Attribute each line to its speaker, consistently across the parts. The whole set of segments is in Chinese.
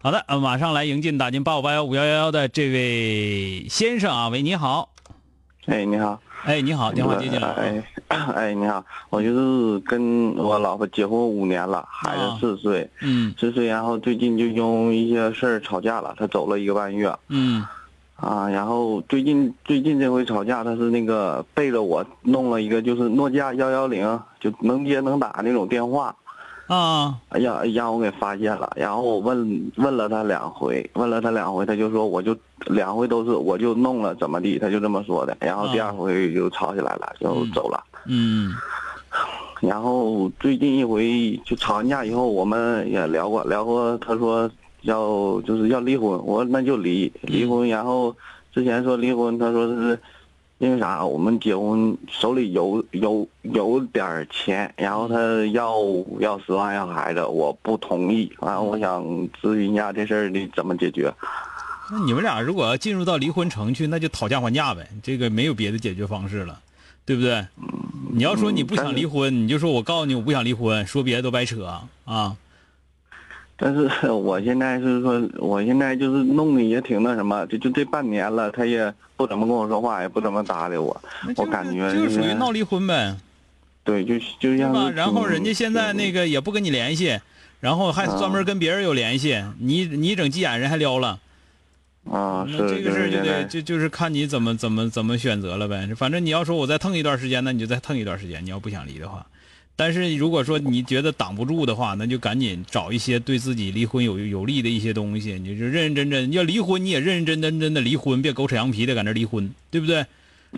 Speaker 1: 好的，呃，马上来迎进打进八五八幺五幺幺幺的这位先生啊，喂，你好，
Speaker 2: 哎，你好，
Speaker 1: 哎，你好，电话接进来了，
Speaker 2: 哎，哎，你好，我就是跟我老婆结婚五年了，孩
Speaker 1: 啊
Speaker 2: 子四岁，
Speaker 1: 嗯
Speaker 2: 四岁，然后最近就因为一些事儿吵架了，她走了一个半月
Speaker 1: 嗯，
Speaker 2: 啊，然后最近最近这回吵架，她是那个背着我弄了一个就是诺基亚幺幺零，就能接能打那种电话，
Speaker 1: 啊，
Speaker 2: 让让我给发现了，然后我问问了她两回，问了她两回，她就说我就两回都是我就弄了怎么地，她就这么说的，然后第
Speaker 1: 啊
Speaker 2: 二回就吵起来了，就
Speaker 1: 嗯
Speaker 2: 走了。
Speaker 1: 嗯
Speaker 2: 然后最近一回就吵完架以后，我们也聊过聊过，他说要就是要离婚，我说那就离离婚。然后之前说离婚，他说是因为啥？我们结婚手里有有有点儿钱，然后他要要十万要孩子，我不同意。完后我想咨询一下这事儿你怎么解决？
Speaker 1: 那你们俩如果要进入到离婚程序，那就讨价还价呗，这个没有别的解决方式了，对不对？你要说你不想离婚，你就说我告诉你我不想离婚，说别的都白扯啊。
Speaker 2: 但是我现在是说，我现在就是弄的也挺那什么，就就这半年了，他也不怎么跟我说话，也不怎么搭理我。
Speaker 1: 那就是
Speaker 2: 我感觉
Speaker 1: 就是属于
Speaker 2: 是
Speaker 1: 闹离婚呗，
Speaker 2: 对，就就
Speaker 1: 对
Speaker 2: 像
Speaker 1: 吧？
Speaker 2: 是
Speaker 1: 然后人家现在那个也不跟你联系，然后还专门跟别人有联系，你你整急眼人还撩了，那
Speaker 2: 啊，是
Speaker 1: 嗯这个事儿
Speaker 2: 是
Speaker 1: 就
Speaker 2: 现
Speaker 1: 得
Speaker 2: 在
Speaker 1: 就就是看你怎么怎么怎么选择了呗。反正你要说我再腾一段时间，那你就再腾一段时间。你要不想离的话，但是如果说你觉得挡不住的话，那就赶紧找一些对自己离婚有有利的一些东西，你就认认真真要离婚，你也认认真真真的离婚，别狗扯羊皮的搁那离婚，对不对？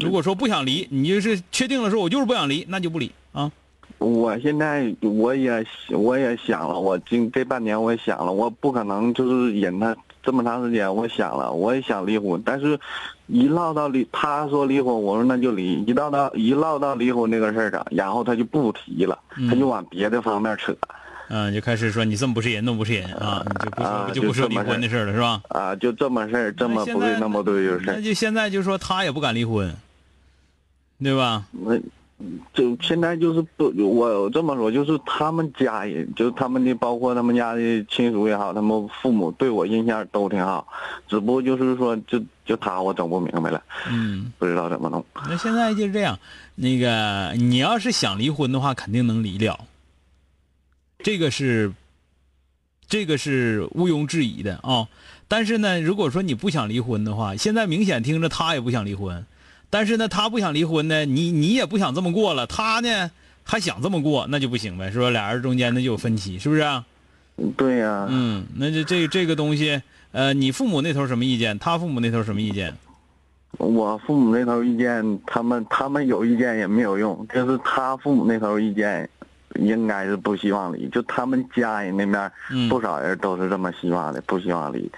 Speaker 1: 如果说不想离，你就是确定了说我就是不想离，那就不离啊。
Speaker 2: 我现在我也我也想了，我今这半年我也想了，我不可能就是忍他这么长时间，我想了，我也想离婚，但是，一唠到离，他说离婚，我说那就离，一唠到一唠到离婚这个事儿上，然后他就不提了，他就往别的方面扯
Speaker 1: 嗯，就开始说你这么不是人，那么不是人啊，你就不说、
Speaker 2: 啊
Speaker 1: 就不说
Speaker 2: 就这
Speaker 1: 离
Speaker 2: 么
Speaker 1: 婚的事儿了，是吧？
Speaker 2: 啊，就这么事儿，这么
Speaker 1: 那
Speaker 2: 不
Speaker 1: 现
Speaker 2: 对
Speaker 1: 在，
Speaker 2: 那么对就是事
Speaker 1: 那
Speaker 2: 儿，
Speaker 1: 就现在就说他也不敢离婚，对吧？
Speaker 2: 那。就现在就是不，我这么说，就是他们家人，就是他们的，包括他们家的亲属也好，他们父母对我印象都挺好，只不过就是说，就就他我整不明白了，
Speaker 1: 嗯，
Speaker 2: 不知道怎么弄。
Speaker 1: 那现在就是这样，那个你要是想离婚的话，肯定能离了，这个是，这个是毋庸置疑的啊、但是呢，如果说你不想离婚的话，现在明显听着他也不想离婚，但是呢，他不想离婚呢，你你也不想这么过了，他呢还想这么过，那就不行呗，是吧？俩人中间那就有分歧，是不是、啊？
Speaker 2: 对呀、
Speaker 1: 嗯，那这这这个东西，呃，你父母那头什么意见？他父母那头什么意见？
Speaker 2: 我父母那头意见，他们他们有意见也没有用，就是他父母那头意见，应该是不希望离，就他们家人那面
Speaker 1: 嗯
Speaker 2: 不少人都是这么希望的，不希望离。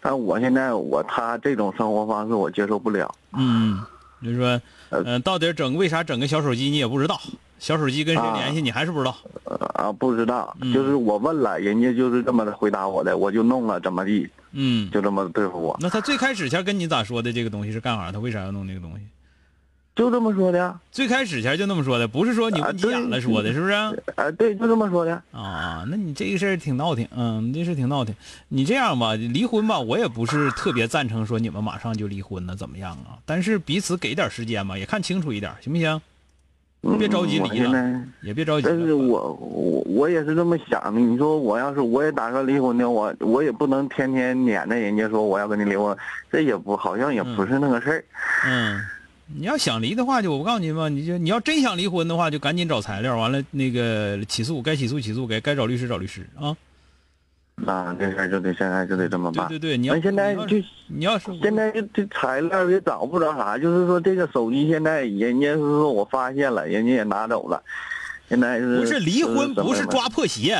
Speaker 2: 但我现在我他这种生活方式我接受不了。
Speaker 1: 嗯，就是说，呃，到底整为啥整个小手机你也不知道，小手机跟谁联系你还是不知道。
Speaker 2: 啊，不知道
Speaker 1: 嗯，
Speaker 2: 就是我问了，人家就是这么回答我的，我就弄了，怎么地，
Speaker 1: 嗯，
Speaker 2: 就这么对付我，
Speaker 1: 那他最开始前跟你咋说的？这个东西是干啥？他为啥要弄这个东西？
Speaker 2: 就这么说的啊，
Speaker 1: 最开始前就那么说的，不是说你问急眼了说的， 是不是啊？
Speaker 2: 哎对，就这么说的。
Speaker 1: 啊，那你这个事儿挺闹挺，嗯，这事儿挺闹挺。你这样吧，离婚吧，我也不是特别赞成说你们马上就离婚呢，怎么样啊？但是彼此给点时间吧，也看清楚一点，行不行？
Speaker 3: 嗯
Speaker 1: 别着急
Speaker 3: 我
Speaker 1: 离
Speaker 3: 现
Speaker 1: 了
Speaker 3: 在
Speaker 1: 也别着急
Speaker 3: 但
Speaker 1: 了。
Speaker 3: 是我我我也是这么想的。你说我要是我也打算离婚的，我我也不能天天撵着人家说我要跟你离婚，这也不好像也不是那个事儿。
Speaker 1: 嗯，你要想离的话，就我告诉你吧，你就你要真想离婚的话，就赶紧找材料，完了那个起诉，该起诉起诉，该该找律师找律师啊。
Speaker 3: 啊，这事儿就得现在就得这么
Speaker 1: 对
Speaker 3: 办。
Speaker 1: 对对，你要
Speaker 3: 那现在
Speaker 1: 你要
Speaker 3: 就是
Speaker 1: 你要是
Speaker 3: 现在就这材料也找不着啥，就是说这个手机现在人家是说我发现了，人家也拿走了。现在是
Speaker 1: 不是离婚，
Speaker 3: 怎么
Speaker 1: 不是
Speaker 3: 了
Speaker 1: 抓破鞋，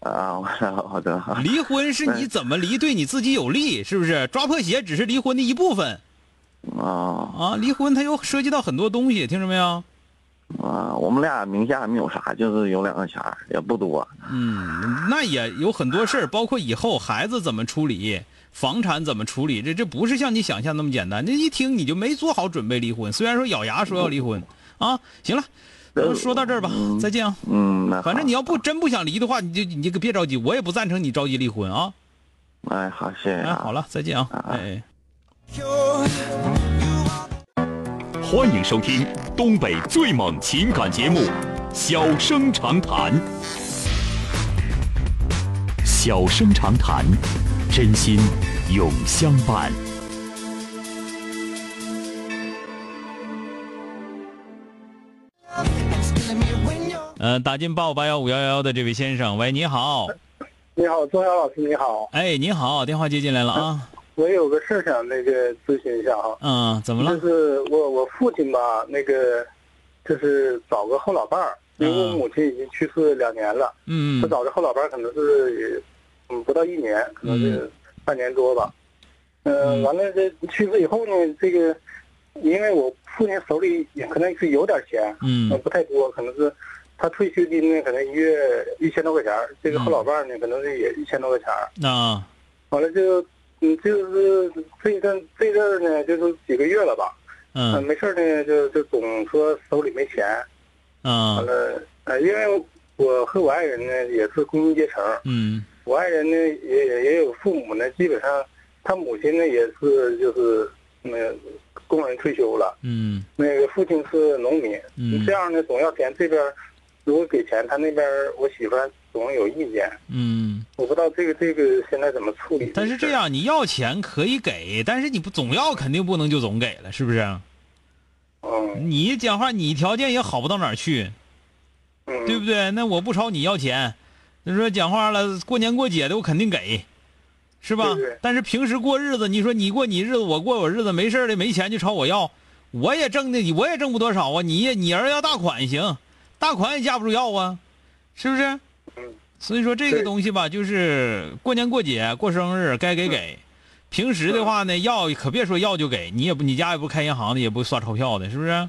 Speaker 3: 啊！ 我好的，好的
Speaker 1: 离婚是你怎么离对你自己有利，是不是？抓破鞋只是离婚的一部分
Speaker 3: 啊
Speaker 1: 啊，离婚它又涉及到很多东西，听着没有？
Speaker 3: 啊！我们俩名下没有啥，就是有两个钱儿，也不多。
Speaker 1: 嗯，那也有很多事儿，包括以后孩子怎么处理，房产怎么处理，这这不是像你想象那么简单。这一听你就没做好准备离婚，虽然说咬牙说要离婚啊。行了，
Speaker 3: 呃
Speaker 1: 就说到这儿吧，
Speaker 3: 嗯
Speaker 1: 再见啊。
Speaker 3: 嗯，那好
Speaker 1: 反正你要不真不想离的话，你就你就别着急，我也不赞成你着急离婚啊。
Speaker 3: 哎好，谢谢
Speaker 1: 哎，
Speaker 3: 啊
Speaker 1: 好。了，再见啊。哎哎。
Speaker 4: 欢迎收听东北最猛情感节目《小生长谈》。小生长谈，真心永相伴。
Speaker 1: 呃，打进八五八幺五幺幺的这位先生，喂，你好，
Speaker 2: 你好，钟晓老师，你好，
Speaker 1: 哎，你好，电话接进来了啊，
Speaker 2: 我有个事儿想那个咨询一下哈，
Speaker 1: 嗯，怎么
Speaker 2: 就
Speaker 1: 了？
Speaker 2: 是我我父亲吧，那个就是找个后老伴儿，因为我母亲已经去世两年了，
Speaker 1: 嗯
Speaker 2: 他，找的后老伴儿可能是嗯不到一年，可能是半年多吧。嗯，
Speaker 1: 嗯
Speaker 2: 完了这去世以后呢，这个因为我父亲手里也可能是有点钱，呃
Speaker 1: 嗯，
Speaker 2: 不太多，可能是他退休金呢，可能一月一千多块钱儿，这
Speaker 1: 嗯
Speaker 2: 个后老伴儿呢，可能是也一千多块钱儿。
Speaker 1: 那
Speaker 2: 完了就，嗯，就是这一段这一阵儿呢，就是几个月了吧，呃
Speaker 1: 嗯
Speaker 2: 没事儿呢，就就总说手里没钱，完
Speaker 1: 嗯
Speaker 2: 了，呃，因为我和我爱人呢也是工薪阶层，
Speaker 1: 嗯
Speaker 2: 我爱人呢也也也有父母呢，基本上他母亲呢也是就是嗯工人退休了，
Speaker 1: 嗯
Speaker 2: 那个父亲是农民，
Speaker 1: 嗯
Speaker 2: 这样呢总要钱，这边儿如果给钱，他那边儿我媳妇儿总有意见，
Speaker 1: 嗯，
Speaker 2: 我不知道这个这个现在怎么处理。
Speaker 1: 但是这。样，你要钱可以给，但是你不总要，肯定不能就总给了，是不是？
Speaker 2: 嗯，
Speaker 1: 你讲话，你条件也好不到哪儿去，
Speaker 2: 嗯
Speaker 1: 对不对？那我不朝你要钱，你说讲话了，过年过节的我肯定给，是吧？
Speaker 2: 对对
Speaker 1: 但是平时过日子，你说你过你日子，我过我日子，没事儿的没钱就朝我要，我也挣的我也挣不多少啊，你也你儿要大款行，大款也架不住要啊，是不是？
Speaker 2: 嗯
Speaker 1: 所以说这个
Speaker 2: 对
Speaker 1: 东西吧，就是过年过节过生日该给
Speaker 2: 嗯
Speaker 1: 给，平时的话呢要可别说要就给，你也不你家也不开银行的，也不刷钞票的，是不
Speaker 2: 嗯
Speaker 1: 是？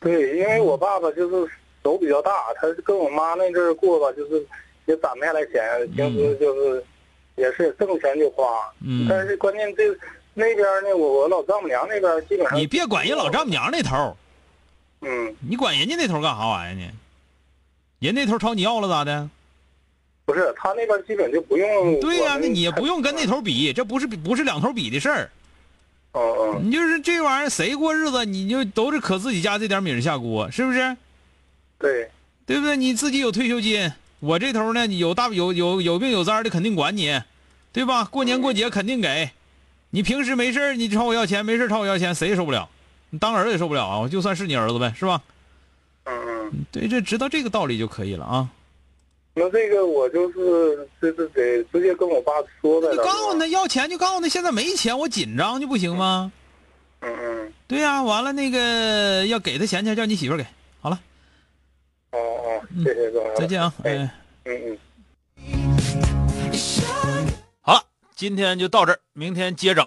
Speaker 2: 对，因为
Speaker 1: 嗯
Speaker 2: 我爸爸就是手比较大，他跟我妈那阵儿过吧，就是也攒不下来钱，平时就是也是挣钱就花。
Speaker 1: 嗯
Speaker 2: 但是关键这那边儿呢，我我老丈母娘那边儿基本上
Speaker 1: 你别管人老丈母娘那头儿。
Speaker 2: 嗯，
Speaker 1: 你管人家那头干啥玩意儿呢？人那头朝你要了咋的？
Speaker 2: 不是他那边儿基本就不用。
Speaker 1: 对呀、
Speaker 2: 我们
Speaker 1: 那你也不用跟那头比，这不是比不是两头比的事儿。
Speaker 2: 嗯嗯，
Speaker 1: 你就是这玩意儿，谁过日子你就都是可自己家这点米儿下锅，是不是？
Speaker 2: 对
Speaker 1: 对不对？你自己有退休金，我这头呢有大有有有病有灾的肯定管你，对吧？过年过节肯定给，你平时没事儿你朝我要钱，没事儿朝我要钱，谁也受不了，你当儿子也受不了啊！我就算是你儿子呗，是吧？
Speaker 2: 嗯嗯。
Speaker 1: 对，这知道这个道理就可以了啊。
Speaker 2: 那这个我就是就是得直接跟我爸说呗。
Speaker 1: 你告诉
Speaker 2: 他。
Speaker 1: 他要钱就告诉他，现在没钱我紧张就不行吗？
Speaker 2: 嗯嗯。
Speaker 1: 对呀、完了那个要给他钱去，叫你媳妇儿给。好了，
Speaker 2: 哦哦，谢谢各位。
Speaker 1: 再见啊！哎
Speaker 2: 哎，，嗯嗯。
Speaker 1: 好了，今天就到这儿，明天接整。